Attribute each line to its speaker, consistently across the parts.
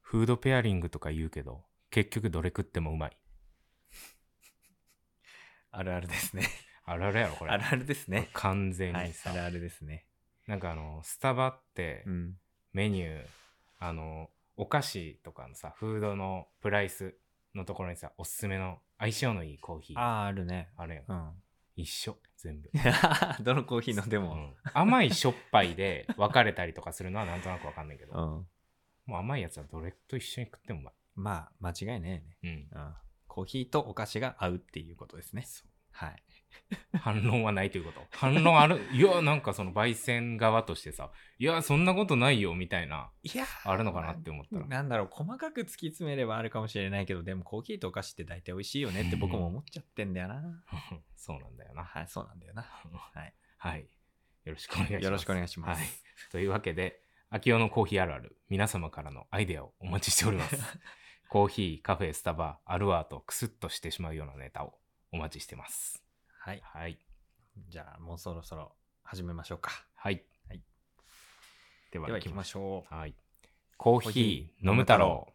Speaker 1: フードペアリングとか言うけど、結局どれ食ってもうまい。
Speaker 2: あるあるですね。
Speaker 1: あるあるやろ、これ。
Speaker 2: あるあるですね。
Speaker 1: 完全
Speaker 2: は
Speaker 1: に
Speaker 2: い、
Speaker 1: さ、
Speaker 2: あるあるですね。
Speaker 1: なんかあの、スタバって
Speaker 2: うん。
Speaker 1: メニュー、あの、お菓子とかのさ、フードのプライスのところにさ、おすすめの相性のいいコーヒーあ
Speaker 2: ああ、あるね。
Speaker 1: るやん。
Speaker 2: うん。
Speaker 1: 一緒、全部。
Speaker 2: どのコーヒー飲んで
Speaker 1: う
Speaker 2: も。
Speaker 1: ん甘いしょっぱいで分かれたりとかするのはなんとなく分かんないけど、
Speaker 2: うん。
Speaker 1: もう甘いやつはどれと一緒に食ってもうまい。
Speaker 2: まあ、間違いないよね。
Speaker 1: うん。
Speaker 2: うん。コーヒーとお菓子が合うっていうことですね。はい。
Speaker 1: 反論はないということ。反論ある、いや、なんかその焙煎側としてさ、いや、そんなことないよみたいな、
Speaker 2: いや
Speaker 1: あるのかなって思ったら。
Speaker 2: なんだろう細かく突き詰めればあるかもしれないけどでもコーヒーとお菓子って大体美味しいよねって僕も思っちゃってんだよな
Speaker 1: そうなんだよな。
Speaker 2: はいそうなんだよなはい
Speaker 1: はい。よろしくお願いします。
Speaker 2: よろしくお願いします
Speaker 1: はい、というわけで、秋夫のコーヒーあるある、皆様からのアイデアをお待ちしており ます。コーヒー、カフェ、スタバ、あるアート、クスッとしてしまうようなネタをお待ちしてます。
Speaker 2: はい
Speaker 1: はい。
Speaker 2: じゃあもうそろそろ始めましょうか
Speaker 1: はい。
Speaker 2: はい
Speaker 1: では
Speaker 2: では
Speaker 1: 行
Speaker 2: 行
Speaker 1: き
Speaker 2: き
Speaker 1: ま
Speaker 2: ま
Speaker 1: し
Speaker 2: しょ
Speaker 1: ょう。はい。コー
Speaker 2: ヒー
Speaker 1: ヒー、飲む太郎。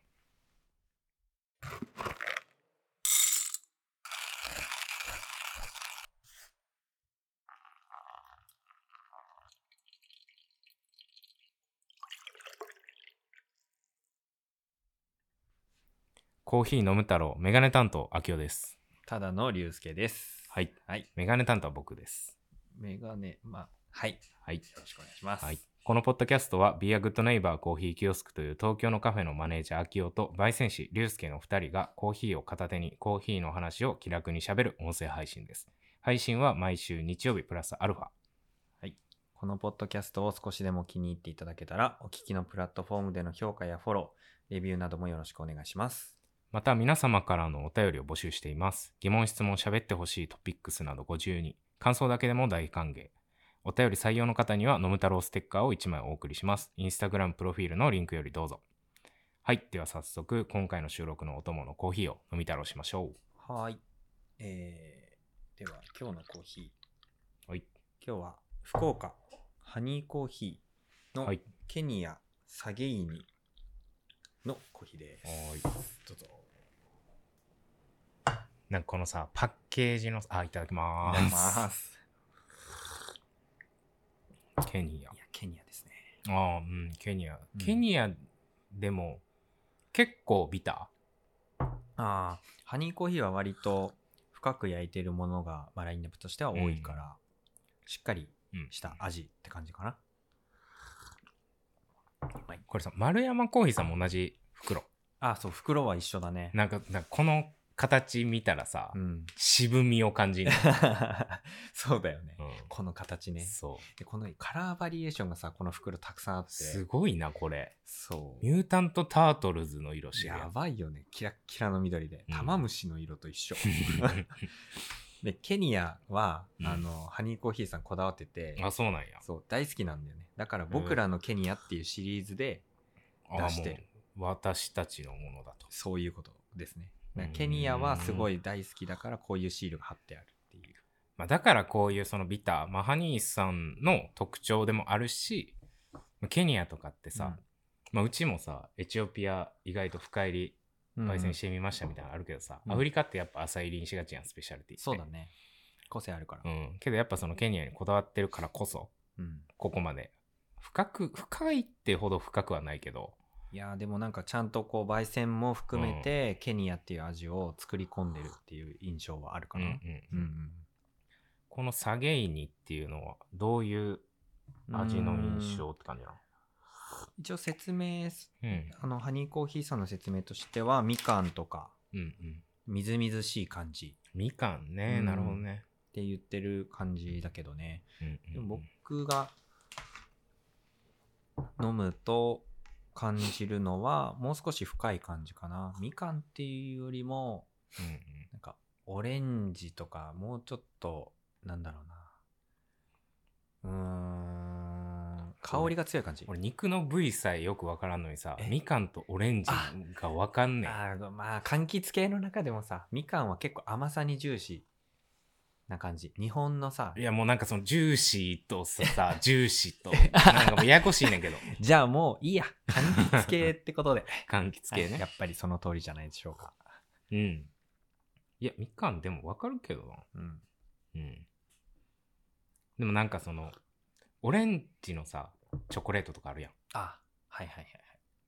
Speaker 1: コーヒー飲む太郎、メガネ担当、秋代です。
Speaker 2: うただの龍介です
Speaker 1: はい。
Speaker 2: はい
Speaker 1: メガネ担当は僕です。
Speaker 2: メガネまあはい
Speaker 1: はい。
Speaker 2: よろしくお願いします
Speaker 1: はい、このポッドキャストは Be a Good Neighbor コーヒーキオスクという東京のカフェのマネージャー秋夫と焙煎師龍介の2人がコーヒーを片手にコーヒーの話を気楽にしゃべる音声配信です。配信は毎週日曜日プラスアルファ。
Speaker 2: このポッドキャストを少しでも気に入っていただけたらお聞きのプラットフォームでの評価やフォローレビューなどもよろしくお願いします
Speaker 1: また皆様からのお便りを募集しています。疑問、質問、喋ってほしいトピックスなどご自由に。感想だけでも大歓迎。お便り採用の方には、のむ太郎ステッカーを1枚お送りします。インスタグラムプロフィールのリンクよりどうぞ。はい。では早速、今回の収録のお供のコーヒーを飲み太郎しましょ
Speaker 2: はーい。えー、では、今日のコーヒー。
Speaker 1: はい。
Speaker 2: 今日は、福岡、ハニーコーヒー
Speaker 1: う。
Speaker 2: の、
Speaker 1: はい。
Speaker 2: ケニア、サゲイニのコーヒーです。
Speaker 1: はい
Speaker 2: どうぞ。
Speaker 1: なんかこのさ、パッケージの、あ、いただきま
Speaker 2: い
Speaker 1: ー
Speaker 2: ただ
Speaker 1: す。
Speaker 2: きます。
Speaker 1: ケニア
Speaker 2: い。や、ケニアですね。
Speaker 1: ああ、うん、ケニア。
Speaker 2: ん
Speaker 1: ケニアでも、結構ビタ
Speaker 2: ああ、ハニーコーヒーは割と深く焼いてるものが、まあ、ラインナップとしては多いから、しっかり
Speaker 1: ーうん。
Speaker 2: した味って感じかな。
Speaker 1: これさ、丸山コーヒーさんも同じ袋。
Speaker 2: ああ、そう、袋は一緒だね。
Speaker 1: なんか、なんかこの形見たらさ、
Speaker 2: うん。
Speaker 1: 渋みを感じる。
Speaker 2: そうだよね。
Speaker 1: う
Speaker 2: この形
Speaker 1: ん、
Speaker 2: ね。
Speaker 1: そ
Speaker 2: でこのカラーバリエーションがさこの袋たくさんあっ
Speaker 1: う。
Speaker 2: て
Speaker 1: すごいな、これ。
Speaker 2: そう
Speaker 1: ミュータント・タートルズの色してるや
Speaker 2: や
Speaker 1: ん。
Speaker 2: ばいよねキラッキラの緑で
Speaker 1: うん
Speaker 2: 玉虫の色と 一緒、でケニアは、
Speaker 1: うん
Speaker 2: あのハニーコーヒーさんこだわってて
Speaker 1: あ、そうなんや。
Speaker 2: そう大好きなんだよねだから「僕らのケニア」っていうシリーズで
Speaker 1: あ
Speaker 2: 出してる
Speaker 1: もう私たちのものだと。
Speaker 2: そういうことですねだから
Speaker 1: うん
Speaker 2: ケニアはすごい大好きだからこういうシールが貼ってあるっていう
Speaker 1: まあ、だからこういうそのビター、まあ、ハニーさんの特徴でもあるしケニアとかってさ、うまあ、うちもさエチオピア意外と深入り
Speaker 2: うん
Speaker 1: 焙煎してみましたみたいなのあるけどさ、
Speaker 2: うん
Speaker 1: アフリカってやっぱ浅入りにしがちやんスペシャルティって
Speaker 2: そうだね個性あるから
Speaker 1: うん、けどやっぱそのケニアにこだわってるからこそ
Speaker 2: うん
Speaker 1: ここまで深く深いってほど深くはないけど
Speaker 2: いやーでもなんかちゃんとこう焙煎も含めて、ケニアっていう味を作り込んでるっていう印象はあるか
Speaker 1: うん
Speaker 2: な、
Speaker 1: う
Speaker 2: うんん、うん
Speaker 1: このサゲイニっていうのはどういう味の印象って感じなの
Speaker 2: 一応説明す
Speaker 1: うん
Speaker 2: あのハニーコーヒーさんの説明としてはみかんとか
Speaker 1: うんうん
Speaker 2: みずみずしい感じ
Speaker 1: みかんね、
Speaker 2: うん
Speaker 1: なるほどね、
Speaker 2: って言ってる感じだけどね
Speaker 1: うんうんうん
Speaker 2: でも僕が飲むと感じるのはもう少し深い感じかなみかんっていうよりも
Speaker 1: うんうん
Speaker 2: なんか、オレンジとか、もうちょっと、なんだろうな。うーん、香りが強い感じ。
Speaker 1: 俺肉の部位さえよくわからんのにさ
Speaker 2: え
Speaker 1: みかんとオレンジがわかんね
Speaker 2: あーまあ、柑橘系の中でもさ、みかんは結構甘さに重視な感じ日本のさ
Speaker 1: いやもうなんかそのジューシーとさ、 ジューシーと、なんかもうややこしいねん けど、
Speaker 2: じゃあもういいや柑橘系ってことで
Speaker 1: 柑橘系
Speaker 2: はい
Speaker 1: ね
Speaker 2: や。っぱりその通りじゃないでしょうか、
Speaker 1: うん。いや、みかんでもわかるけどな。
Speaker 2: うん、
Speaker 1: うん。でもなんかその、オレンジのさ、チョコレートとかあるやん。
Speaker 2: あはいはいはい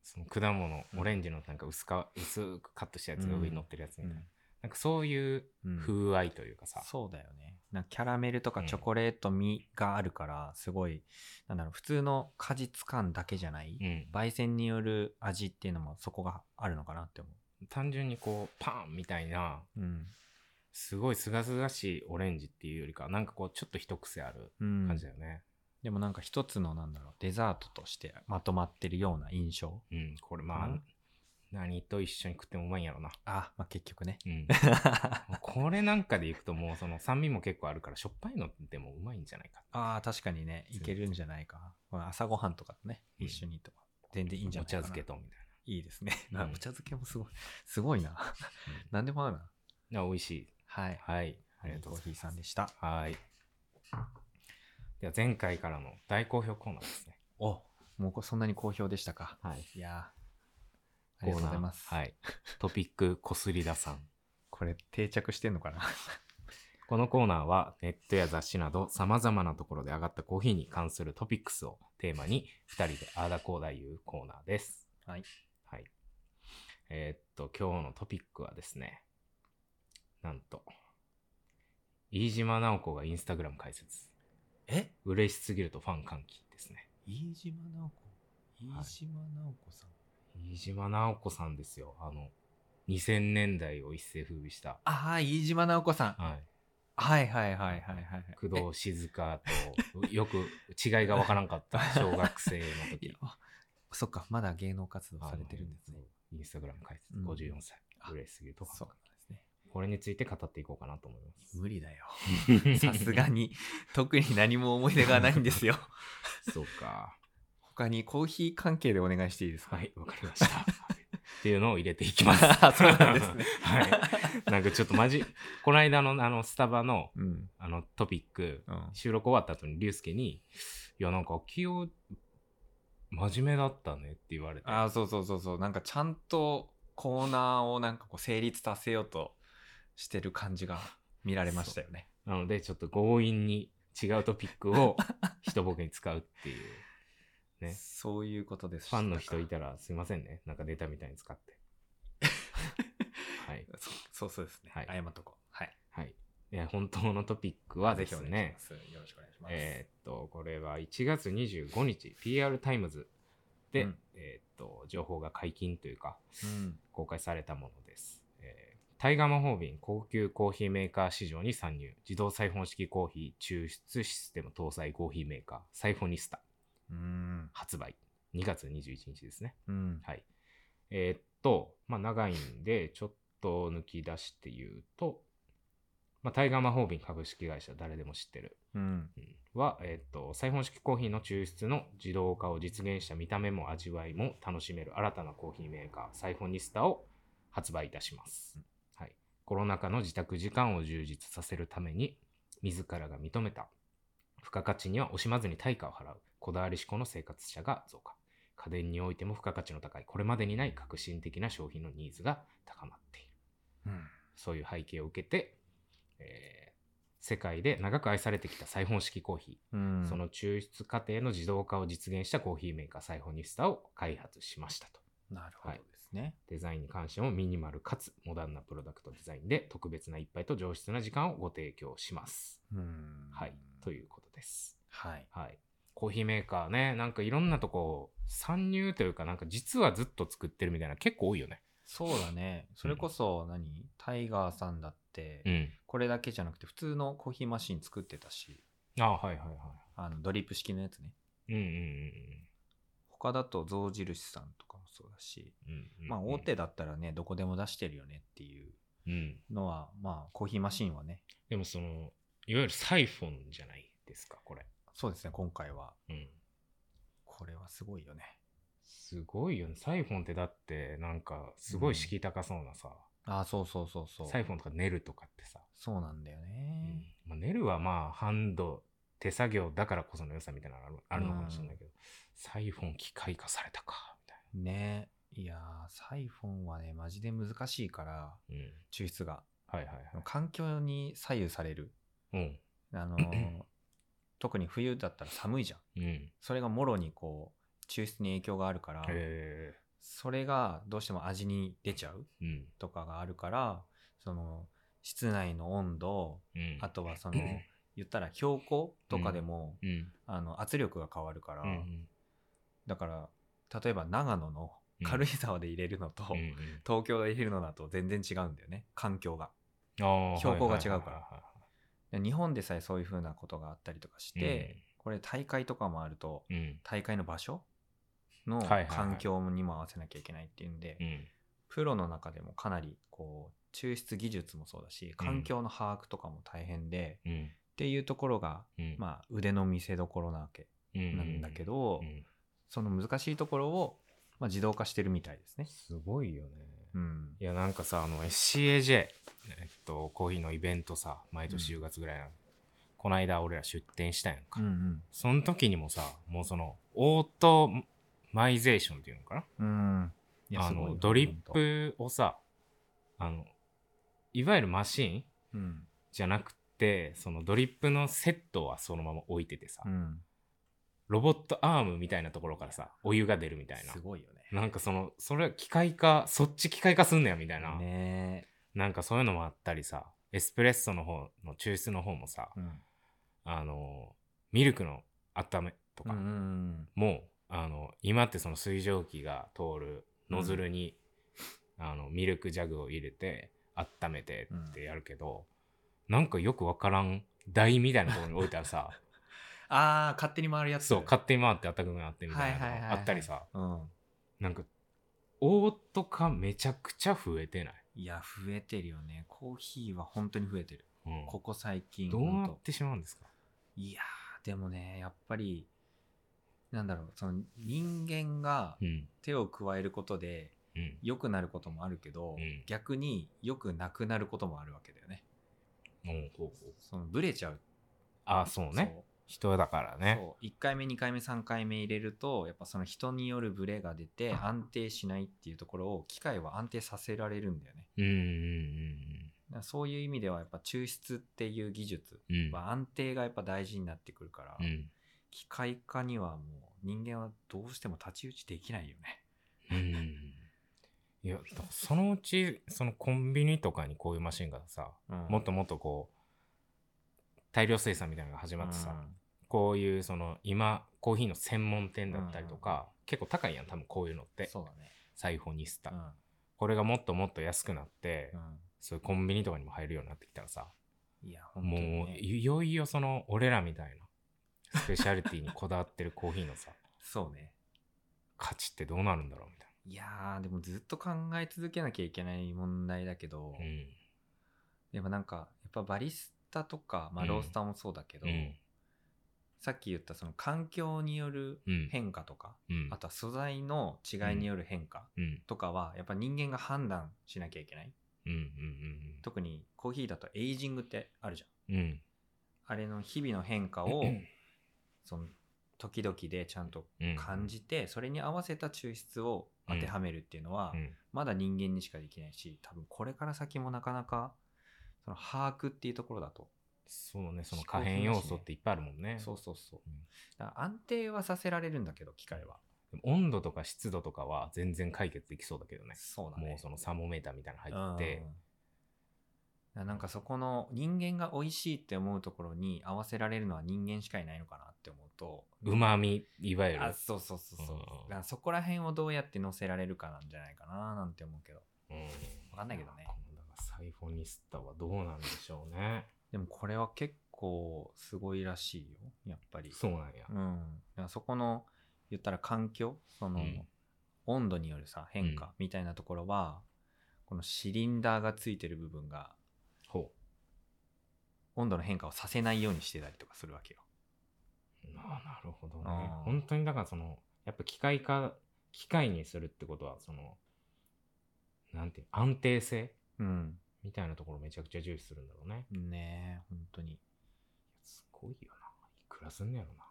Speaker 1: その果物、オレンジのなんか薄か薄くカットしたやつが上に乗ってるやつみたい
Speaker 2: はい
Speaker 1: な。なんかそういう
Speaker 2: うんうん
Speaker 1: 風合いというかさ。
Speaker 2: そうだよねなんかキャラメルとか
Speaker 1: うん
Speaker 2: チョコレート味があるからすごい、なんだろう普通の果実感だけじゃない、
Speaker 1: うん。
Speaker 2: 焙煎による味っていうのもそこがあるのかなって思
Speaker 1: 単純にこう、パンみたいな、
Speaker 2: ううん、
Speaker 1: すごい清々しいオレンジっていうよりか、なんかこう、ちょっと一癖ある
Speaker 2: うん
Speaker 1: 感じだよね。
Speaker 2: でもなんか一つのなんだろうデザートとしてまとまってるような印象
Speaker 1: うん、これまあ、
Speaker 2: うん
Speaker 1: 何と一緒に食ってもうまいんやろな。
Speaker 2: あ、まあ、結局ね
Speaker 1: うん。これなんかでいくともう、その酸味も結構あるから、しょっぱいのでもうまいんじゃないか。
Speaker 2: ああ確かにねいけるんじゃないかこの朝ごはんとかとね
Speaker 1: うん
Speaker 2: 一緒にとか、全然いいんじゃ
Speaker 1: お
Speaker 2: ないか
Speaker 1: 茶
Speaker 2: な
Speaker 1: 漬けと、みたい
Speaker 2: いいですね、
Speaker 1: うん
Speaker 2: あ お茶漬けもすごいすごいな
Speaker 1: な
Speaker 2: 何でも合うな
Speaker 1: うん。美味しい。
Speaker 2: はい
Speaker 1: はい。ありがとうご
Speaker 2: コ
Speaker 1: ざ
Speaker 2: ー
Speaker 1: い
Speaker 2: ヒーさんでした
Speaker 1: ます。はい。では、前回からの大好評コーナーですね。
Speaker 2: おもうこそんなに好評でしたか
Speaker 1: はい。
Speaker 2: いやーありがとうございます、
Speaker 1: はい。トピックこすりださん。
Speaker 2: これ定着してんのかな
Speaker 1: このコーナーはネットや雑誌など様々なところで上がったコーヒーに関するトピックスをテーマに2人であーだこうだいうコーナーです。
Speaker 2: はい。
Speaker 1: はい。えーっと、今日のトピックはですね、なんと、飯島直子がインスタグラム開設。
Speaker 2: え
Speaker 1: 嬉しすぎるとファン歓喜ですね。
Speaker 2: 飯島直子
Speaker 1: はい
Speaker 2: 飯島直子さん、
Speaker 1: 飯島直子さんですよ。あの、2000年代を一世風靡した。
Speaker 2: ああ飯島直子さん
Speaker 1: はい。
Speaker 2: はいはいはいはいはいはい。
Speaker 1: 工藤静香とよく違いがわからんかった小学生の
Speaker 2: え。い
Speaker 1: 時
Speaker 2: や。あそっか、まだ芸能活動
Speaker 1: あの
Speaker 2: されてるんですね。。
Speaker 1: インスタグラム開設、
Speaker 2: うん
Speaker 1: 54歳。
Speaker 2: あ
Speaker 1: 嬉しすぎるとか。
Speaker 2: そうなんですね。
Speaker 1: これについて語っていこうかなと思いま
Speaker 2: 無理 だよ。
Speaker 1: す。
Speaker 2: さすが。に、特に何も思い出がないんです よ。
Speaker 1: そうか。
Speaker 2: 他にコーヒー関係でお願いしていいですか
Speaker 1: はい、わかり ました。っていうのを入れていきます。
Speaker 2: あそうなんですね
Speaker 1: はい。なんかちょっとマジ、この間のあのスタバの
Speaker 2: うん。
Speaker 1: あのトピック、
Speaker 2: うん。
Speaker 1: 収録終わった後に、リュウスケに、いや、なんか、秋代、真面目だったねって言われて。
Speaker 2: ああ、そうそうそうそう。なんかちゃんとコーナーをなんかこう成立させようとしてる感じが見られましたよね。
Speaker 1: なので、ちょっと強引に違うトピックを一ボケに使うっていう。ね
Speaker 2: そういうことです。
Speaker 1: ファンの人いたらすいませんね。なんかネタみたいに使 って。はい。
Speaker 2: そうそうそうですね。
Speaker 1: はい
Speaker 2: 謝っとこう。はい。
Speaker 1: はい。えー本当のトピックはです
Speaker 2: ぜひお願いし
Speaker 1: ね
Speaker 2: ま。す。よろしくお願いします。
Speaker 1: えーっと、これは1月25日、PR タイムズで、
Speaker 2: うん
Speaker 1: えーっと、情報が解禁というか、
Speaker 2: うん。
Speaker 1: 公開されたものです。えータイガー魔法瓶高級コーヒーメーカー市場に参入。自動採本式コーヒー抽出システム搭載コーヒーメーカー、サイフォニスタ
Speaker 2: うん。
Speaker 1: 発売。2月21日ですね。
Speaker 2: うん。
Speaker 1: はい。えーっと、まあ、長いんで、ちょっと抜き出して言うと、まあ、タイガー魔法瓶株式会社、誰でも知ってる、
Speaker 2: うん。
Speaker 1: うんは、えーっと、サイフォン式コーヒーの抽出の自動化を実現した見た目も味わいも楽しめる新たなコーヒーメーカー、サイフォニスタを発売いたします。はい。コロナ禍の自宅時間を充実させるために、自らが認めた付加価値には惜しまずに対価を払うこだわり志向の生活者が増加家電においても付加価値の高いこれまでにない革新的な商品のニーズが高まっている
Speaker 2: うん
Speaker 1: そういう背景を受けて、えー世界で長く愛されてきたサイフォン式コーヒー、その抽出過程の自動化を実現したコーヒーメーカーサイフォニスタを開発しましたと
Speaker 2: なるほど
Speaker 1: はい
Speaker 2: ですね。
Speaker 1: デザインに関してもミニマルかつモダンなプロダクトデザインで特別な一杯と上質な時間をご提供します
Speaker 2: うん
Speaker 1: はいということです
Speaker 2: はい。
Speaker 1: はい。コーヒーメーカーね、なんかいろんなとこ参入というか、なんか実はずっと作ってるみたいな結構多いよね。
Speaker 2: そうだね。それこそ何、タイガーさんだって、
Speaker 1: ん。
Speaker 2: これだけじゃなくて、普通のコーヒーマシン作ってたし、
Speaker 1: あはいはいは
Speaker 2: あのドリップ式のやつね。
Speaker 1: い。うんうん
Speaker 2: 他だと象印さんとかもそうだし、
Speaker 1: うんうんうん。
Speaker 2: まあ大手だったらね、どこでも出してるよねっていう
Speaker 1: うん。
Speaker 2: のは、まあコーヒーマシンはね、
Speaker 1: でもその、いわゆるサイフォンじゃないですか、これ。
Speaker 2: そうですね、今回は。
Speaker 1: うん。
Speaker 2: これはすごいよね。
Speaker 1: すごいよね。サイフォンってだって、なんかすごい敷居高そうなさ、
Speaker 2: ああ、そうそうそうそう。
Speaker 1: サイフォンとかネルとかってさ、
Speaker 2: そうなんだよね。
Speaker 1: うんまあ、練るはまあハンド手作業だからこその良さみたいなのあるあるのかもしれないけど、サイフォン機械化されたかみたい
Speaker 2: ねいやーサイフォンはねマジで難しいから
Speaker 1: な、うん、
Speaker 2: 抽出が
Speaker 1: はいはいはい
Speaker 2: 環境に左右される
Speaker 1: うん
Speaker 2: あの ー特に冬だったら寒いじゃん
Speaker 1: うん
Speaker 2: それがもろにこう抽出に影響があるから
Speaker 1: へ
Speaker 2: それがどうしても味に出ちゃう
Speaker 1: えうん
Speaker 2: とかがあるからその室内の温度
Speaker 1: うん
Speaker 2: あとは その言ったら標高とかでも、
Speaker 1: うん
Speaker 2: あの圧力が変わるから、
Speaker 1: うんうん
Speaker 2: だから例えば長野の軽井沢で入れるのと、
Speaker 1: うんうん
Speaker 2: 東京で入れるのだと全然違うんだよね環境が
Speaker 1: あー
Speaker 2: 標高が違うから
Speaker 1: はいはいは
Speaker 2: で日本でさえそういう風なことがあったりとかして、これ大会とかもあると
Speaker 1: いはいうん
Speaker 2: 大会の場所の
Speaker 1: はいはいはい
Speaker 2: 環境にも合わせなきゃいけないっていうんで、
Speaker 1: うん
Speaker 2: プロの中でもかなりこう抽出技術もそうだし環境の把握とかも大変で、
Speaker 1: うん
Speaker 2: っていうところが、
Speaker 1: うんあ
Speaker 2: まあ、腕の見せどころなわけな
Speaker 1: なん
Speaker 2: だけど、
Speaker 1: うん
Speaker 2: その難しいところを、まあ、自動化してるみたいですね。
Speaker 1: すごいよね
Speaker 2: うん、
Speaker 1: いやなんかさあの SCAJ えっとコーヒーのイベントさ毎年10月ぐらいなの、こないだ俺ら出店したやんか、
Speaker 2: うんうん
Speaker 1: その時にもさもうそのオートマイゼーションっていうのかな
Speaker 2: うん、いや
Speaker 1: あ
Speaker 2: すごい
Speaker 1: の
Speaker 2: よ
Speaker 1: ドリッ、プをさあのいわゆるマシーン
Speaker 2: ほん
Speaker 1: じゃなくてそのドリップのセットはそのまま置いててさ、
Speaker 2: とうんうん、
Speaker 1: ロボットアームみたいなところからさお湯が出るみたいな
Speaker 2: すごいよね。
Speaker 1: なんかそのそれは機械化そっち機械化すんねやみたいな、
Speaker 2: ね
Speaker 1: なんかそういうのもあったりさエスプレッソの方の抽出の方もさ、
Speaker 2: え、
Speaker 1: あのミルクの温めとか、
Speaker 2: うんうん
Speaker 1: もうあの今ってその水蒸気が通るノズルに、あのミルクジャグを入れて温めてってやるけど、なんかよくわからん台みたいなところに置いたら さ
Speaker 2: ああ勝手に回るやつ
Speaker 1: そう勝手に回って温かくなってみたい
Speaker 2: はいはいは
Speaker 1: な
Speaker 2: い
Speaker 1: の
Speaker 2: は
Speaker 1: あ
Speaker 2: い
Speaker 1: ったりさ
Speaker 2: うん、
Speaker 1: なんかオート化めちゃくちゃ増えてない、
Speaker 2: いや増えてるよねコーヒーは本当に増えてる
Speaker 1: うん
Speaker 2: ここ最近
Speaker 1: どう
Speaker 2: ほん
Speaker 1: な
Speaker 2: と
Speaker 1: ってしまうんですか
Speaker 2: いやーでもねやっぱりなんだろうその人間が
Speaker 1: うん
Speaker 2: 手を加えることで
Speaker 1: うん
Speaker 2: 良くなることもあるけど、
Speaker 1: うん
Speaker 2: 逆に良くなくなることもあるわけだよね。
Speaker 1: うんほうほう
Speaker 2: そのブレちゃう。
Speaker 1: あそうね人だから
Speaker 2: そう。
Speaker 1: ね
Speaker 2: そう1回目2回目3回目入れるとやっぱその人によるブレが出て安定しないっていうところを機械は安定させられるんだよね。
Speaker 1: うんうん
Speaker 2: だからそういう意味ではやっぱ抽出っていう技術
Speaker 1: うんうん
Speaker 2: は安定がやっぱ大事になってくるから、
Speaker 1: うん
Speaker 2: 機械化にはもう人間はどうしても太刀打ちできないよね。
Speaker 1: うんいやだからそのうちそのコンビニとかにこういうマシンがさもっともっとこう大量生産みたいなのが始まってさ、こういうその今コーヒーの専門店だったりとか、結構高いやん多分こういうのっ
Speaker 2: うん
Speaker 1: て
Speaker 2: そうだね。
Speaker 1: サイフォニスタ、
Speaker 2: うん
Speaker 1: これがもっともっと安くなって、
Speaker 2: うん
Speaker 1: そういうコンビニとかにも入るようになってきたらさ
Speaker 2: いや、本当に、
Speaker 1: もう
Speaker 2: ね。
Speaker 1: いよいよその俺らみたいなスペシャリティにこだわってるコーヒーのさ
Speaker 2: そうね。
Speaker 1: 価値ってどうなるんだろうみたい
Speaker 2: いやー、でもずっと考え続けなきゃいけない問題だけど、
Speaker 1: な。
Speaker 2: でもなんか、やっぱバリスタとか、まあ、
Speaker 1: うん
Speaker 2: ロースターもそうだけど、
Speaker 1: うんうん
Speaker 2: さっき言ったその環境による
Speaker 1: うん
Speaker 2: 変化とか、
Speaker 1: うん
Speaker 2: あとは素材の違いによる変化
Speaker 1: うん
Speaker 2: とかは、やっぱ人間が判断しなきゃいけない。
Speaker 1: うん
Speaker 2: 特にコーヒーだとエイジングってあるじゃん。
Speaker 1: うんうんうん
Speaker 2: あれの日々の変化を、その時々でちゃんと
Speaker 1: うん
Speaker 2: 感じて、それに合わせた抽出を当てはめるっていうのは、
Speaker 1: うん
Speaker 2: まだ人間にしかできないし多分これから先もなかなかその把握っていうところだと、
Speaker 1: そうねその可変要素っていっぱいあるもんね
Speaker 2: そうそうそう
Speaker 1: うん
Speaker 2: だから安定はさせられるんだけど機械は
Speaker 1: でも温度とか湿度とかは全然解決できそうだけどね
Speaker 2: そうだね
Speaker 1: もうそのサーモメーターみたいなの入って
Speaker 2: うんだからなんかそこの人間が美味しいって思うところに合わせられるのは人間しかいないのかなって思うと
Speaker 1: うまみいわゆる
Speaker 2: あそうそうそうそう、
Speaker 1: うん
Speaker 2: だからそこら辺をどうやって乗せられるかなんじゃないかななんて思うけど
Speaker 1: うん
Speaker 2: わかんないけどね
Speaker 1: だからサイフォニスタはどうなんでしょうね
Speaker 2: でもこれは結構すごいらしいよやっぱり
Speaker 1: そうなんや
Speaker 2: うん、だからそこの言ったら環境その、
Speaker 1: うん
Speaker 2: 温度によるさ変化みたいなところは、このシリンダーがついてる部分が
Speaker 1: ほ
Speaker 2: 温度の変化をさせないようにしてたりとかするわけよ。
Speaker 1: うあなるほどね
Speaker 2: あー
Speaker 1: 本当にだからそのやっぱ機械化機械にするってことはそのなんていう安定性
Speaker 2: うん、
Speaker 1: みたいなところめちゃくちゃ重視するんだろうね
Speaker 2: ねえ本当に
Speaker 1: ごいよな。いくらすんねやろな。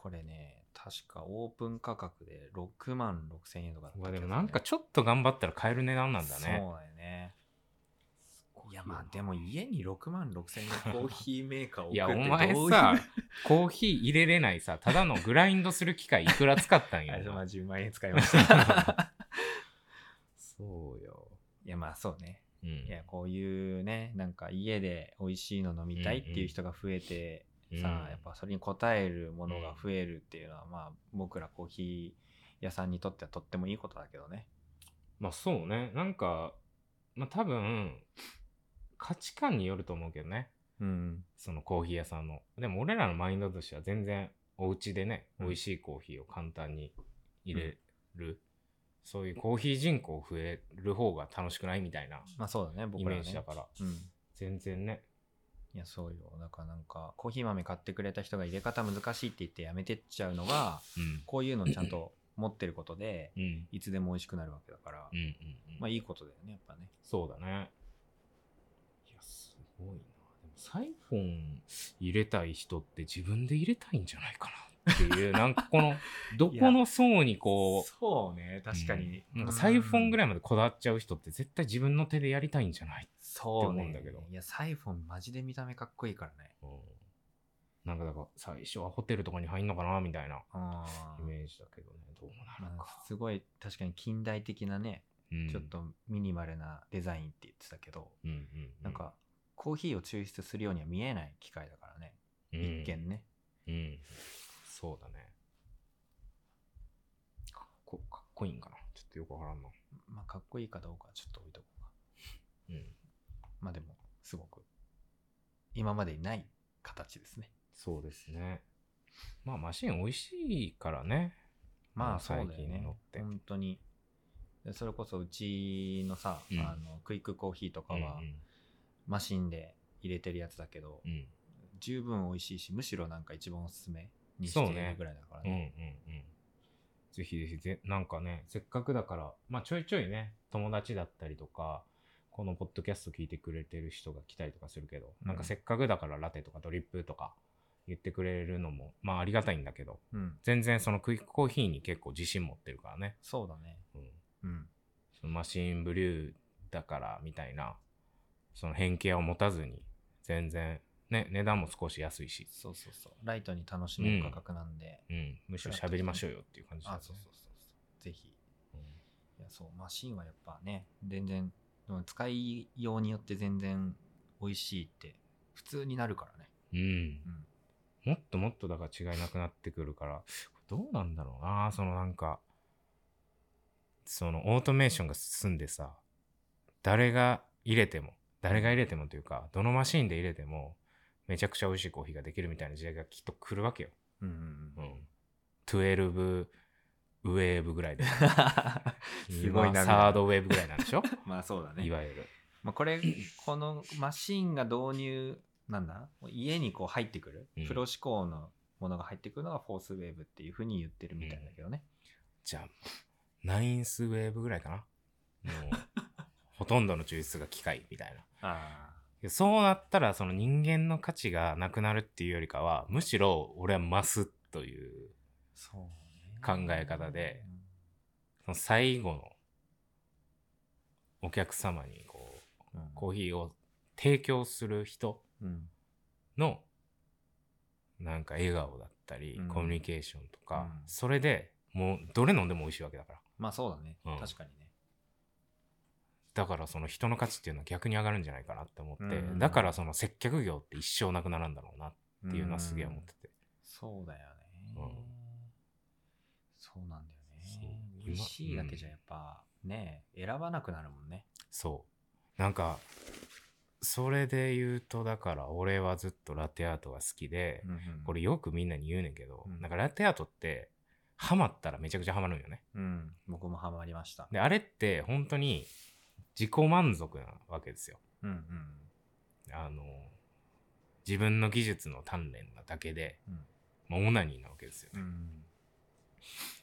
Speaker 2: これね、確かオープン価格で6万6千円とかだった
Speaker 1: うわ
Speaker 2: 気が
Speaker 1: ですも
Speaker 2: る
Speaker 1: なんかちょっと頑張ったら買える値段なんだね。
Speaker 2: そうだよね。いや
Speaker 1: よな
Speaker 2: まあでも家に6万6千円のコーヒーメーカーを
Speaker 1: いや、
Speaker 2: 置
Speaker 1: お
Speaker 2: くって
Speaker 1: 前
Speaker 2: どういう
Speaker 1: さ、コーヒー入れれないさ、ただのグラインドする機械いくら使ったん
Speaker 2: あ
Speaker 1: や
Speaker 2: れで
Speaker 1: ろ
Speaker 2: まあ
Speaker 1: な。
Speaker 2: 10万円使い ました。
Speaker 1: そうよ。
Speaker 2: いやまあそうね。
Speaker 1: うん。
Speaker 2: いやこういうね、なんか家で美味しいの飲みたいっていう人が増えて、
Speaker 1: うん
Speaker 2: さあやっぱそれに応えるものが増えるっていうのは、まあ僕らコーヒー屋さんにとってはとってもいいことだけどね。
Speaker 1: まあそうね。なんか、まあ多分、価値観によると思うけどね。
Speaker 2: うん。
Speaker 1: そのコーヒー屋さんの。でも俺らのマインドとしては全然お家でね、
Speaker 2: うん
Speaker 1: 美味しいコーヒーを簡単に入れる。そういうコーヒー人口増える方が楽しくないみたいな
Speaker 2: まあそうだね、
Speaker 1: イ
Speaker 2: 僕ら
Speaker 1: メ
Speaker 2: は
Speaker 1: ージだ
Speaker 2: ね。
Speaker 1: から。
Speaker 2: うん。
Speaker 1: 全然ね。
Speaker 2: いやそうよだからなんかコーヒー豆買ってくれた人が入れ方難しいって言ってやめてっちゃうのは
Speaker 1: うん。
Speaker 2: こういうのちゃんと持ってることで
Speaker 1: うん。
Speaker 2: いつでも美味しくなるわけだから、
Speaker 1: うんうんうん。
Speaker 2: まあいいことだよねやっぱね
Speaker 1: そうだね。いや、すごいな。でもサイフォン入れたい人って自分で入れたいんじゃないかなっていう、なんかこの、どこの層にこ う、
Speaker 2: そうね確かに、
Speaker 1: うんなんかサイフォンぐら
Speaker 2: い
Speaker 1: いまでこだわっちゃう人って絶対自分の手でやりたいんじゃない、
Speaker 2: そう
Speaker 1: って思うん
Speaker 2: ね
Speaker 1: だけど
Speaker 2: いやサイフォンマジで見た目かっこいいからね
Speaker 1: なんかだから最初はホテルとかに入んのかなみたいな
Speaker 2: あ
Speaker 1: イメージだけどね、どうなる
Speaker 2: ま
Speaker 1: か。
Speaker 2: あ、すごい確かに近代的なね、
Speaker 1: うん
Speaker 2: ちょっ、とミニマルなデザインって言ってたけど、
Speaker 1: うんうんう
Speaker 2: なん、かコーヒーを抽出するようには見えない機械だからね、
Speaker 1: うん
Speaker 2: 一見ね
Speaker 1: うん。そうだね。かっこかっこいいんかなちょっとよくわからんな。
Speaker 2: まあかっこいいかどうかはちょっと置いとこうか
Speaker 1: うん。
Speaker 2: まあでも、すごく、今までにない形ですね。
Speaker 1: そうですね。まあマシン美味しいからね。
Speaker 2: ま
Speaker 1: う
Speaker 2: あ
Speaker 1: ん
Speaker 2: そうだよ
Speaker 1: 最近
Speaker 2: ね
Speaker 1: のって。
Speaker 2: 本当に。でそれこそうちのさ、
Speaker 1: うん
Speaker 2: あのクイックコーヒーとかは
Speaker 1: うん
Speaker 2: マシンで入れてるやつだけど、
Speaker 1: うんうん
Speaker 2: 十分美味しいしむしろなんか一番おすすめにし
Speaker 1: そう
Speaker 2: て
Speaker 1: ね
Speaker 2: るぐらいだから
Speaker 1: うんうん
Speaker 2: ね
Speaker 1: うん。ぜひぜひぜ、なんかね、せっかくだから、まあちょいちょいね、友達だったりとか、このポッドキャスト聞いてくれてる人が来たりとかするけど、なんかせっかくだからラテとかドリップとか言ってくれるのも、まあありがたいんだけど、
Speaker 2: うん、
Speaker 1: 全然そのクイックコーヒーに結構自信持ってるからね。
Speaker 2: そうだね
Speaker 1: うん、
Speaker 2: うん
Speaker 1: そのマシンブリューだからみたいな、その偏見を持たずに、全然、ね、値段も少し安いし、
Speaker 2: そうそうそうライトに楽しめる価格なんで、
Speaker 1: うん、むしろ喋りましょうよっていう感じだ
Speaker 2: あ
Speaker 1: ね。
Speaker 2: そうそうそうそうぜひ
Speaker 1: うん
Speaker 2: いやそうマシンはやっぱね全然でも使いようによって全然美味しいって普通になるからね
Speaker 1: うん
Speaker 2: うん
Speaker 1: もっともっとだから違いなくなってくるから、どうなんだろうな、そのなんか、そのオートメーションが進んでさ、誰が入れても、誰が入れてもというか、どのマシンで入れても、めちゃくちゃ美味しいコーヒーができるみたいな時代がきっと来るわけよ。
Speaker 2: うん
Speaker 1: う
Speaker 2: うん うん
Speaker 1: ん。12ウェーブぐらいで。
Speaker 2: すごい
Speaker 1: 今
Speaker 2: な
Speaker 1: サードウェーブぐらいなんでしょ
Speaker 2: まあそうだ
Speaker 1: い
Speaker 2: ね、
Speaker 1: わゆる。
Speaker 2: まあ、これこのマシンが導入なんだ家にこう入ってくる、
Speaker 1: うん
Speaker 2: プロ志向のものが入ってくるのがフォースウェーブっていうふうに言ってるみたいだけどね、
Speaker 1: じゃあ、ナインスウェーブぐらいかな。もう、ほとんどの抽出が機械みたいな。
Speaker 2: ああ
Speaker 1: いやそうなったら、その人間の価値がなくなるっていうよりかは、むしろ俺は増すという、
Speaker 2: そうね
Speaker 1: 考え方でその最後のお客様にこう、
Speaker 2: うん、うん
Speaker 1: コーヒーを提供する人
Speaker 2: うん
Speaker 1: の、なんか笑顔だったり、
Speaker 2: うん
Speaker 1: コミュニケーションとか、
Speaker 2: うん
Speaker 1: それでもうどれ飲んでも美味しいわけだから。
Speaker 2: まあそうだね、
Speaker 1: うん
Speaker 2: 確かにね
Speaker 1: だからその人の価値っていうのは逆に上がるんじゃないかなって思って、
Speaker 2: うん
Speaker 1: だからその接客業って一生なくならんだろうなっていうのはすげえ思っ
Speaker 2: うん
Speaker 1: てて。
Speaker 2: そうだよね、
Speaker 1: うん
Speaker 2: そうなんだよ
Speaker 1: そう
Speaker 2: ね
Speaker 1: 今
Speaker 2: 美味しいだけじゃやっぱね選ばなくなるもんね
Speaker 1: そう。なんか、それで言うと、だから俺はずっとラテアートが好きで、これよくみんなに言うねんけど、
Speaker 2: うん
Speaker 1: なんかラテアートって、ハマったらめちゃくちゃハマるんよね。
Speaker 2: うん僕もハマりました
Speaker 1: で、あれって本当に自己満足なわけですよ。
Speaker 2: うんうん
Speaker 1: あの、自分の技術の鍛錬なだけで、
Speaker 2: うん
Speaker 1: まあオナニーなわけですよ
Speaker 2: う
Speaker 1: ね。
Speaker 2: ん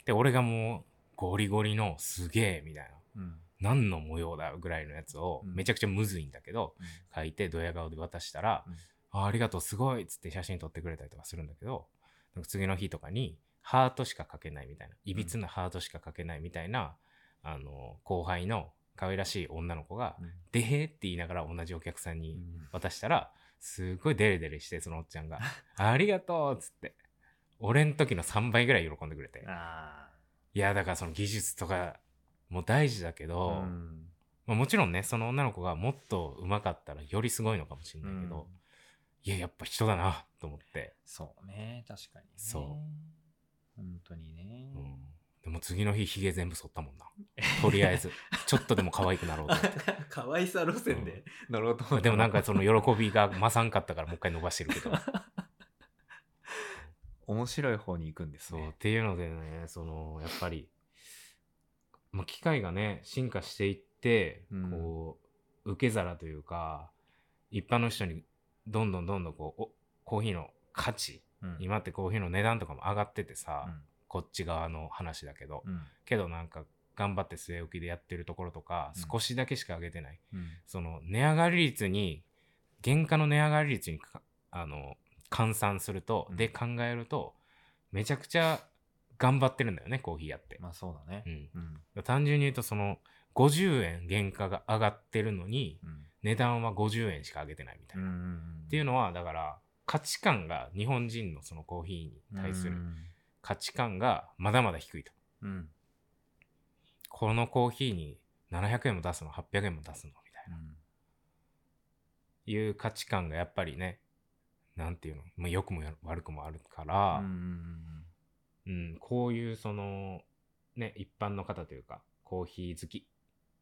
Speaker 1: で、俺がもうゴリゴリのすげえみたいな、
Speaker 2: うん
Speaker 1: 何の模様だぐらいのやつを
Speaker 2: うん
Speaker 1: めちゃくちゃむずいんだけど、
Speaker 2: うん
Speaker 1: 書いてドヤ顔で渡したら、
Speaker 2: うん
Speaker 1: あありがとう、すごいっつって写真撮ってくれたりとかするんだけど、なんか次の日とかに、ハートしか書けないみたいな、いびつなハートしか書けないみたいな、あの、後輩の可愛らしい女の子が、
Speaker 2: うん
Speaker 1: でへーって言いながら同じお客さん
Speaker 2: う
Speaker 1: に
Speaker 2: ん
Speaker 1: 渡したら、すごいデレデレして、そのおっちゃ んが、ありがとうっつって、俺ん時の3倍ぐらい喜んでくれて。
Speaker 2: あ
Speaker 1: いや、だからその技術とかも大事だけ
Speaker 2: あ、う
Speaker 1: ど、
Speaker 2: ん
Speaker 1: まあ、もちろんね、その女の子がもっと上手かったらよりすごいのかもしれないけど、
Speaker 2: うん
Speaker 1: いや、やっぱ人だなと思って、
Speaker 2: そうね、確かに、ね。
Speaker 1: そう
Speaker 2: 本当にね。
Speaker 1: うんでも次の日、ひげ全部剃ったもんな。とりあ えず、ちょっとでも可愛くなろうと思っ。
Speaker 2: 可愛さ路線で乗ろうと思って
Speaker 1: でもなんかその喜びがまさんかったからもう一回伸ばしてるけど。
Speaker 2: 面白い方に行くんです
Speaker 1: そう、っ
Speaker 2: ね。
Speaker 1: ていうのでね、その、やっぱり、まあ、機械がね、進化していって、
Speaker 2: うん
Speaker 1: こう、受け皿というか、一般の人にどんどんどんどんこう、おコーヒーの価値、
Speaker 2: うん
Speaker 1: 今ってコーヒーの値段とかも上がっててさ、
Speaker 2: うん
Speaker 1: こっち側の話だけど、
Speaker 2: うん
Speaker 1: けどなんか頑張って据え置きでやってるところとか
Speaker 2: うん
Speaker 1: 少しだけしか上げてない、
Speaker 2: うん
Speaker 1: その値上がり率に原価の値上がり率にかあの換算すると、
Speaker 2: うん
Speaker 1: で考えるとめちゃくちゃ頑張ってるんだよねコーヒー屋って、
Speaker 2: まあそうだ
Speaker 1: う
Speaker 2: ね。
Speaker 1: ん、
Speaker 2: うん
Speaker 1: 単純に言うとその50円原価が上がってるのに
Speaker 2: うん
Speaker 1: 値段は50円しか上げてないみたいな、っていう
Speaker 2: の
Speaker 1: のはだから価値観が日本人のそのコーヒーに対する価値観がまだまだ低いと
Speaker 2: うん
Speaker 1: このコーヒーに700円も出すの800円も出すのみたいな
Speaker 2: うん
Speaker 1: いう価値観がやっぱりねなんていうの、まあ、良くも悪くもあるか
Speaker 2: う
Speaker 1: ら、
Speaker 2: ん
Speaker 1: うんこういうそのね一般の方というかコーヒー好き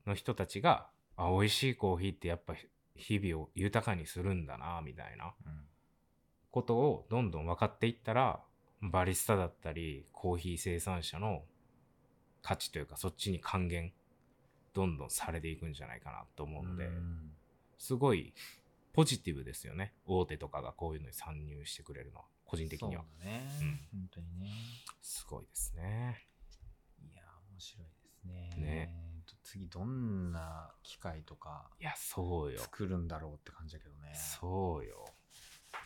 Speaker 1: の人たちがあ美味しいコーヒーってやっぱ日々を豊かにするんだなみたいな
Speaker 2: うん
Speaker 1: ことをどんどん分かっていったらバリスタだったりコーヒー生産者の価値というかそっちに還元どんどんされていくんじゃないかなと思うので。
Speaker 2: うん
Speaker 1: すごいポジティブですよね大手とかがこういうのに参入してくれるのは個人的には
Speaker 2: そうだね
Speaker 1: うん。
Speaker 2: 本当にね。
Speaker 1: すごいですね
Speaker 2: いや、面白いですね。
Speaker 1: ね
Speaker 2: と次、どんな機械とか
Speaker 1: いやそうよ
Speaker 2: 作るんだろうって感じだけどね。
Speaker 1: そうよ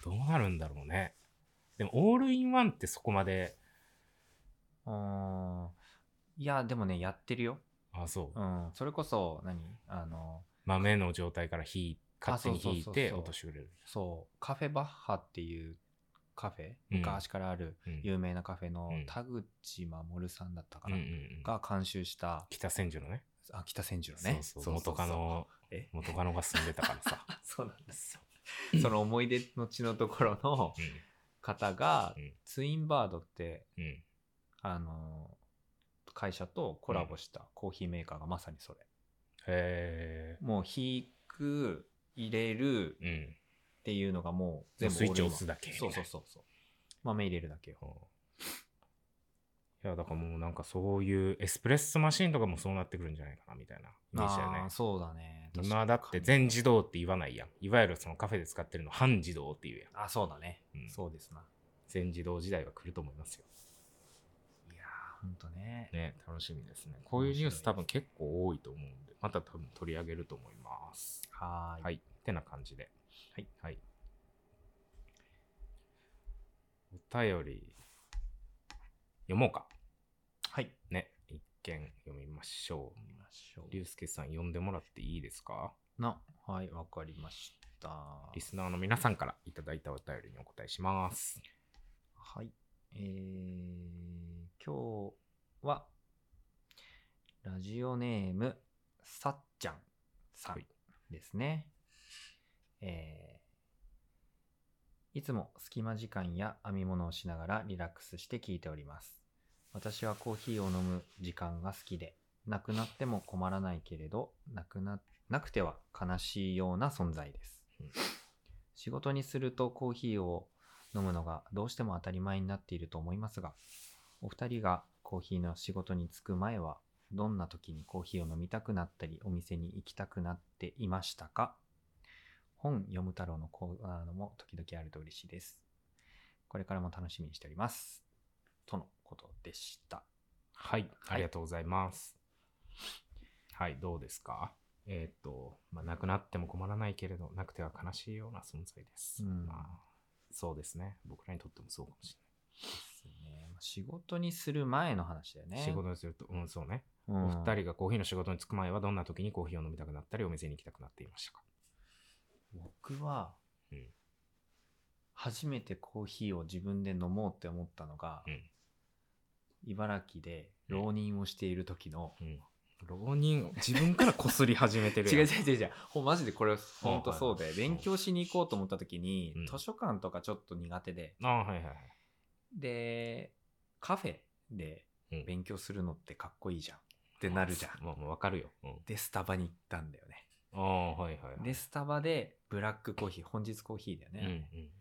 Speaker 1: どうなるんだろうねでもオールインワンってそこまで
Speaker 2: うーん。いや、でもね、やってるよ。
Speaker 1: あそう
Speaker 2: うん。それこそ、何あの、
Speaker 1: 豆の状態から火勝手に
Speaker 2: そうそう
Speaker 1: 引い
Speaker 2: そうそう
Speaker 1: て落としてくれる
Speaker 2: そう、カフェバッハっていうカフェ、
Speaker 1: うん
Speaker 2: 昔からある
Speaker 1: うん
Speaker 2: 有名なカフェの
Speaker 1: うん
Speaker 2: 田口守さんだったか
Speaker 1: うんう
Speaker 2: な、
Speaker 1: んうん
Speaker 2: が監修した、
Speaker 1: 北千住のね
Speaker 2: あ、北千住のね。
Speaker 1: そうそう元カノ
Speaker 2: そうそう。え
Speaker 1: 元カノが住んでたからさ
Speaker 2: そうなんです。
Speaker 1: そ
Speaker 2: その思い出の地のところの
Speaker 1: う
Speaker 2: 方が
Speaker 1: うん、
Speaker 2: ツインバードって、
Speaker 1: うんうん
Speaker 2: あの会社とコラボしたコーヒーメーカーがまさにそれ、
Speaker 1: へえ
Speaker 2: もう引く入れる
Speaker 1: うん
Speaker 2: っていうのがもう全部
Speaker 1: スイッチ
Speaker 2: オールインワン
Speaker 1: 押すだけ
Speaker 2: そうそうそうそう豆入れるだけよ
Speaker 1: いやだからもうなんかそういうエスプレッソマシンとかもそうなってくるんじゃないかなみたいなイメージだよ
Speaker 2: あ
Speaker 1: ね
Speaker 2: ー。そうだね
Speaker 1: 今だって
Speaker 2: 確かに
Speaker 1: 全自動って言わないやん。いわゆるそのカフェで使ってるの半自動っていうやん。
Speaker 2: あそうだね、
Speaker 1: うん
Speaker 2: そうですな
Speaker 1: 全自動時代が来ると思いますよ。
Speaker 2: いやーほんとね
Speaker 1: ね、楽しみですね。こういうニュース多分結構多いと思うんで、また多分取り上げると思います。
Speaker 2: はーい、
Speaker 1: はい。ってな感じで。
Speaker 2: はい。
Speaker 1: はい。お便り、読もうか。
Speaker 2: はい、
Speaker 1: ね。一見読みましょう。
Speaker 2: 見ましょ
Speaker 1: リュウスケさん呼んでもらっていいですか
Speaker 2: うなはいわかりました
Speaker 1: リスナーの皆さんからいただいたお便りにお答えします。
Speaker 2: はい。えー、今日は、ラジオネーム、さっちゃんさ
Speaker 1: は
Speaker 2: ん
Speaker 1: い
Speaker 2: ですね。えーいつも隙間時間や編み物をしながらリラックスして聞いております。私はコーヒーを飲む時間が好きで、なくなっても困らないけれど、なくな、なくては悲しいような存在です
Speaker 1: うん。
Speaker 2: 仕事にするとコーヒーを飲むのがどうしても当たり前になっていると思いますが、お二人がコーヒーの仕事に就く前は、どんな時にコーヒーを飲みたくなったり、お店に行きたくなっていましたか本読む太郎のコーナーも時々あると嬉しいです。これからも楽しみにしております。とのことでした。
Speaker 1: はい、
Speaker 2: はい
Speaker 1: ありがとうございます。はい、どうですかえーっと、まあ、なくなっても困らないけれど、なくては悲しいような存在です。
Speaker 2: うん
Speaker 1: まあ、そうですね。僕らにとってもそうかもし
Speaker 2: ですねまあ仕事にする前の話だよ
Speaker 1: れ
Speaker 2: ね
Speaker 1: ない。仕事にすると、うん、そうね。
Speaker 2: うん
Speaker 1: お二人がコーヒーの仕事に就く前は、どんな時にコーヒーを飲みたくなったり、お店に行きたくなっていましたか
Speaker 2: 僕は、
Speaker 1: うん
Speaker 2: 初めてコーヒーを自分で飲もうって思ったのが、
Speaker 1: うん
Speaker 2: 茨城で浪人をしている時の、
Speaker 1: うん。浪人を自分からこすり始めてる
Speaker 2: 違う違
Speaker 1: や。
Speaker 2: うん違う違うほんマジでこれ本当そう
Speaker 1: は
Speaker 2: で
Speaker 1: い
Speaker 2: 勉強しに行こうと思った時に、
Speaker 1: うん
Speaker 2: 図書館とかちょっと苦手で
Speaker 1: ああ、はいはいはい。
Speaker 2: でカフェで
Speaker 1: うん
Speaker 2: 勉強するのってかっこいいじゃんってなるじゃん
Speaker 1: まあ、まあ、わかるよ。うん。
Speaker 2: でスタバに行ったんだよね
Speaker 1: ああ、はいはいはい。
Speaker 2: でスタバでブラックコーヒー本日コーヒーだよ
Speaker 1: う
Speaker 2: ね
Speaker 1: ん、う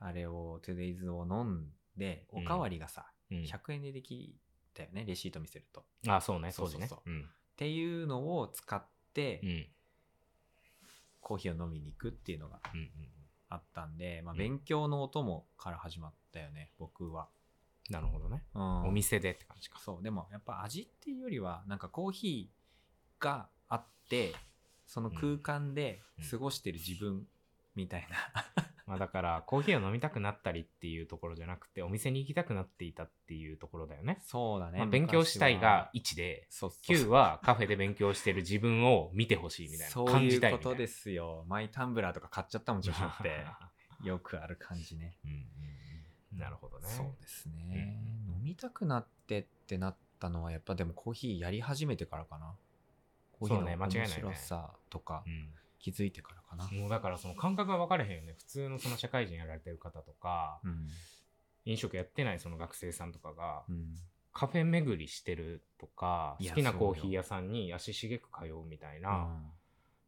Speaker 2: あ
Speaker 1: ん
Speaker 2: れあれをトゥデイズを飲んでおかわりがさ、
Speaker 1: うん。うん
Speaker 2: 100円でできたよねレシート見せるとっ
Speaker 1: ああ、そうね、
Speaker 2: そ
Speaker 1: 当
Speaker 2: うそ
Speaker 1: 時
Speaker 2: うそう
Speaker 1: ね。うん。
Speaker 2: ていうのを使って
Speaker 1: うん。
Speaker 2: コーヒーを飲みに行くっていうのが
Speaker 1: うんうん。
Speaker 2: あったんで、まあ、
Speaker 1: うん
Speaker 2: 勉強のお供から始まったよね僕は、
Speaker 1: なるほどね。
Speaker 2: うん、
Speaker 1: お店でって感じか。
Speaker 2: そうでもやっぱ味っていうよりはなんかコーヒーがあってその空間で過ごしてる自分みたい な、
Speaker 1: まあだから、コーヒーを飲みたくなったりっていうところじゃなくて、お店に行きたくなっていたっていうところだよね。
Speaker 2: そうだね、
Speaker 1: まあ、勉強したいが
Speaker 2: 昔
Speaker 1: 1
Speaker 2: は
Speaker 1: で、
Speaker 2: そうそう
Speaker 1: 9はカフェで勉強してる自分を見てほしいみたい
Speaker 2: そ
Speaker 1: な。
Speaker 2: う
Speaker 1: 感
Speaker 2: い
Speaker 1: じた
Speaker 2: う
Speaker 1: い
Speaker 2: こ
Speaker 1: みたいな。
Speaker 2: とですよマイタンブラーとか買っちゃったもん女子って
Speaker 1: う
Speaker 2: よくある感じね
Speaker 1: んうんうんなるほどね。
Speaker 2: そうですね、飲みたくなってってなったのはやっぱでもコーヒーやり始めてからかなコーヒー
Speaker 1: そうね
Speaker 2: の
Speaker 1: 間違いない
Speaker 2: 面
Speaker 1: ね
Speaker 2: 白さとか
Speaker 1: うん
Speaker 2: 気づいてからかな、
Speaker 1: もうだからその感覚が分かれへんよね。普通のその社会人やられてる方とか、
Speaker 2: うん
Speaker 1: 飲食やってないその学生さんとかが、
Speaker 2: うん
Speaker 1: カフェ巡りしてるとか、
Speaker 2: い
Speaker 1: 好
Speaker 2: や
Speaker 1: きなコーヒー屋さんに足しげく通うみたいな、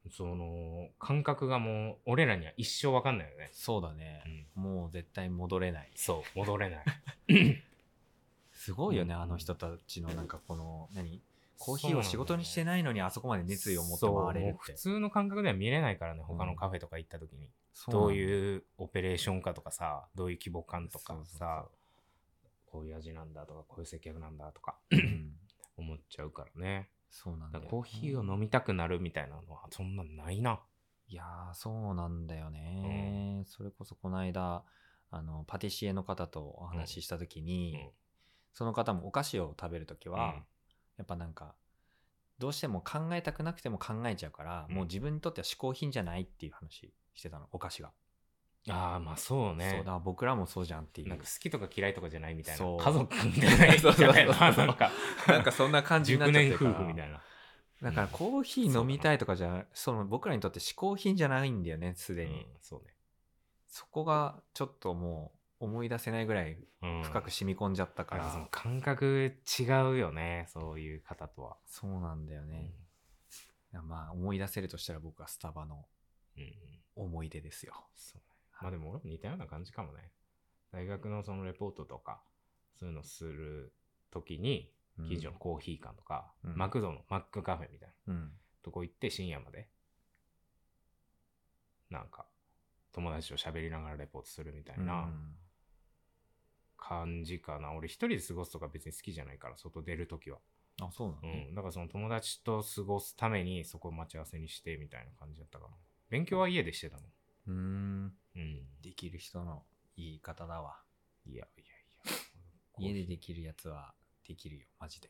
Speaker 2: うん
Speaker 1: その感覚がもう俺らには一生分かんないよね。
Speaker 2: そうだね、もう絶対戻れない
Speaker 1: そう、戻れ ない。
Speaker 2: すごいよね、
Speaker 1: うん
Speaker 2: あの人たちのなんかこの何コーヒ
Speaker 1: そう
Speaker 2: ー
Speaker 1: なんだよ
Speaker 2: を
Speaker 1: ね
Speaker 2: 仕事にしてないのにあそこまで熱意を持って回れる
Speaker 1: そうもう
Speaker 2: って
Speaker 1: 普通の感覚では見れないからね、他
Speaker 2: う
Speaker 1: の
Speaker 2: ん
Speaker 1: カフェとか行った時に。
Speaker 2: そう
Speaker 1: どういうオペレーションかとかさ、どういう規模感とか
Speaker 2: そうそう
Speaker 1: さ、こういう味なんだとか、こういう接客なんだと か
Speaker 2: なんだようん
Speaker 1: 思っちゃうからね。
Speaker 2: そうなんだ
Speaker 1: だ
Speaker 2: よ
Speaker 1: からコーヒーを飲みたくなるみたいなのはそんなんないな。
Speaker 2: いやーそうなんだよね、それこそこの間あのパティシエの方とお話しした時
Speaker 1: う
Speaker 2: に、
Speaker 1: ん
Speaker 2: その方もお菓子を食べる時は、
Speaker 1: うん
Speaker 2: やっぱなんかどうしても考えたくなくても考えちゃうから、
Speaker 1: うん
Speaker 2: もう自分にとっては嗜好品じゃないっていう話してたのお菓子が、
Speaker 1: ああ、まあそうね。
Speaker 2: そうだから僕らもそうじゃんっていう
Speaker 1: なんか好きとか嫌いとかじゃないみたいな。
Speaker 2: そう
Speaker 1: 家族みたいな。
Speaker 2: そうそうそう
Speaker 1: なんか、
Speaker 2: なんかそんな感じになっ
Speaker 1: 熟
Speaker 2: ちゃ
Speaker 1: 年
Speaker 2: ってるか
Speaker 1: 夫
Speaker 2: ら
Speaker 1: 婦みたいな。
Speaker 2: だからコーヒー飲みたいとかじゃその僕らにとって嗜好品じゃないんだよねすでに、
Speaker 1: うんそうね。
Speaker 2: そこがちょっともう思い出せないぐらい
Speaker 1: うん
Speaker 2: 深く染み込んじゃったか
Speaker 1: なん
Speaker 2: ら、
Speaker 1: かその感覚違うよね。そういう方とは。
Speaker 2: そうなんだよね、まあ思い出せるとしたら僕はスタバの
Speaker 1: うん。うん
Speaker 2: 思い出ですよ
Speaker 1: そうね。まあでも俺も似たような感じかもね。大学のそのレポートとか、そういうのするときに、
Speaker 2: うん
Speaker 1: 近所のコーヒー館とか、
Speaker 2: うん
Speaker 1: マクドのマックカフェみたいな
Speaker 2: うん
Speaker 1: とこ行って深夜まで、なんか、友達と喋りながらレポートするみたいな。
Speaker 2: うん
Speaker 1: 感じかな。俺一人で過ごすとか別に好きじゃないから、外出るときは。
Speaker 2: あそうなの
Speaker 1: う
Speaker 2: ね、
Speaker 1: ん。だからその友達と過ごすためにそこを待ち合わせにしてみたいな感じだったかな。勉強は家でしてたもん。
Speaker 2: うーん
Speaker 1: うん。
Speaker 2: できる人の言い方だわ
Speaker 1: いやいやいや。
Speaker 2: 家でできるやつはできるよマジで、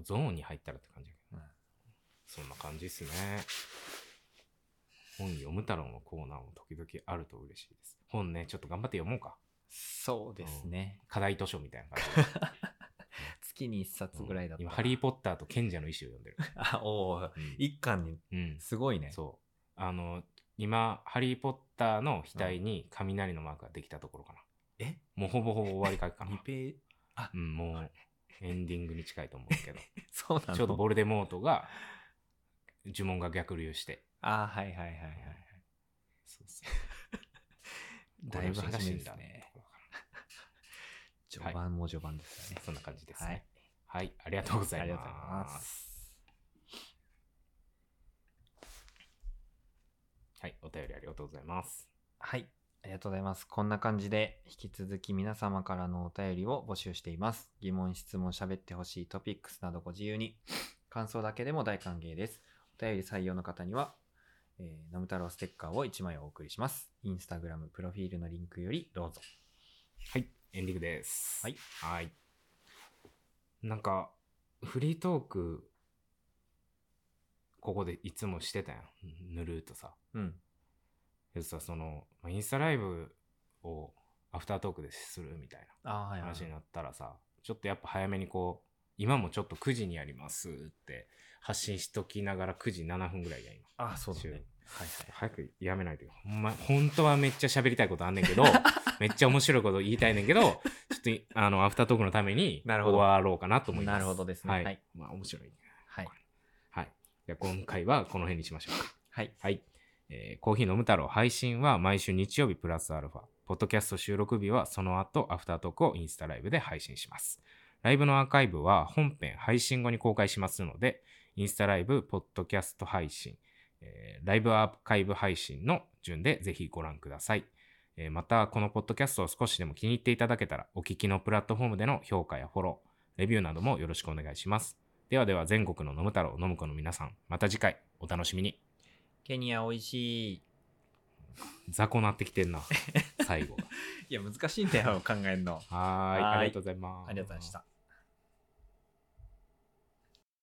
Speaker 1: ゾーンに入ったらって感じだけど。
Speaker 2: うん、
Speaker 1: そんな感じですね。本読む太郎のコーナーも時々あると嬉しいです。本ね、ちょっと頑張って読もうか。
Speaker 2: そうですね、
Speaker 1: 課題図書みたいな 感じで。
Speaker 2: 月に1冊ぐらいだった
Speaker 1: 今、
Speaker 2: ら、
Speaker 1: ハリー・ポッターと賢者の石を読んでる。
Speaker 2: あおー
Speaker 1: うん
Speaker 2: 一巻に
Speaker 1: うん。
Speaker 2: すごいね
Speaker 1: そう。あの、今、ハリー・ポッターの額に雷のマークができたところかな。
Speaker 2: え
Speaker 1: もうほぼほぼ終わりかけか
Speaker 2: 二
Speaker 1: な。
Speaker 2: ページ
Speaker 1: うん、もうエンディングに近いと思うけど。
Speaker 2: そう なの
Speaker 1: ちょうどボルデモートが、呪文が逆流して。
Speaker 2: あーはいはいはいはいはい
Speaker 1: そうそう。
Speaker 2: だいぶ
Speaker 1: ご両親が
Speaker 2: 初
Speaker 1: 死
Speaker 2: め
Speaker 1: ん
Speaker 2: です
Speaker 1: だ
Speaker 2: ね
Speaker 1: ところか
Speaker 2: 序盤も序盤ですよね
Speaker 1: な、そんな感じです
Speaker 2: はい
Speaker 1: ね。はい、ありがとうござ
Speaker 2: あ
Speaker 1: い
Speaker 2: りがとうござい
Speaker 1: ま。
Speaker 2: ますす
Speaker 1: はい、お便りありがとうございます。
Speaker 2: はいありがとうございますこんな感じで引き続き皆様からのお便りを募集しています疑問質問喋ってほしいトピックスなどご自由に感想だけでも大歓迎ですお便り採用の方には、えー、ノム太郎ステッカーを1枚お送りします。インスタグラムプロフィールのリンクよりどうぞ。
Speaker 1: はい、エンディングです。
Speaker 2: はい。
Speaker 1: はい。なんか、フリートーク、ここでいつもしてたやん。ぬるっとさ。
Speaker 2: うん。
Speaker 1: けどさ、その、まあインスタライブをアフタートークでするみたい
Speaker 2: ああ、
Speaker 1: な
Speaker 2: はいはいはい。
Speaker 1: 話になったらさ、ちょっとやっぱ早めにこう、今もちょっと9時にやりますって発信しときながら9時7分ぐらいや、今。
Speaker 2: ああ、そうだ
Speaker 1: 収
Speaker 2: ね。は
Speaker 1: 録
Speaker 2: いはい。
Speaker 1: 早くやめないとよほんま本当はめっちゃ喋りたいことあんねん けどめっちゃ面白いこと言いたいねんけどちょっといあのアフタートークのために
Speaker 2: な
Speaker 1: 終
Speaker 2: るほど
Speaker 1: わろうかなと思います
Speaker 2: なるほどですね
Speaker 1: はい、
Speaker 2: はい
Speaker 1: まあ面白いね
Speaker 2: はい。
Speaker 1: はいじゃあ今回はこの辺にしましょうか
Speaker 2: はい。
Speaker 1: はい、えーコーヒー飲む太郎配信は毎週日曜日プラスアルファポッドキャスト収録日はその後アフタートークをインスタライブで配信しますライブのアーカイブは本編配信後に公開しますのでインスタライブポッドキャスト配信、えーライブアーカイブ配信の順でぜひご覧くださいえーまたこのポッドキャストを少しでも気に入っていただけたらお聞きのプラットフォームでの評価やフォローレビューなどもよろしくお願いしますではでは全国の飲む太郎飲む子の皆さんまた次回お楽しみに
Speaker 2: ケニア美味しい。
Speaker 1: 雑魚なってきてんな最後
Speaker 2: いや、難しいんだよ、考えるの。
Speaker 1: がはーい
Speaker 2: はーい
Speaker 1: ありがとうございます
Speaker 2: ありがとうございました。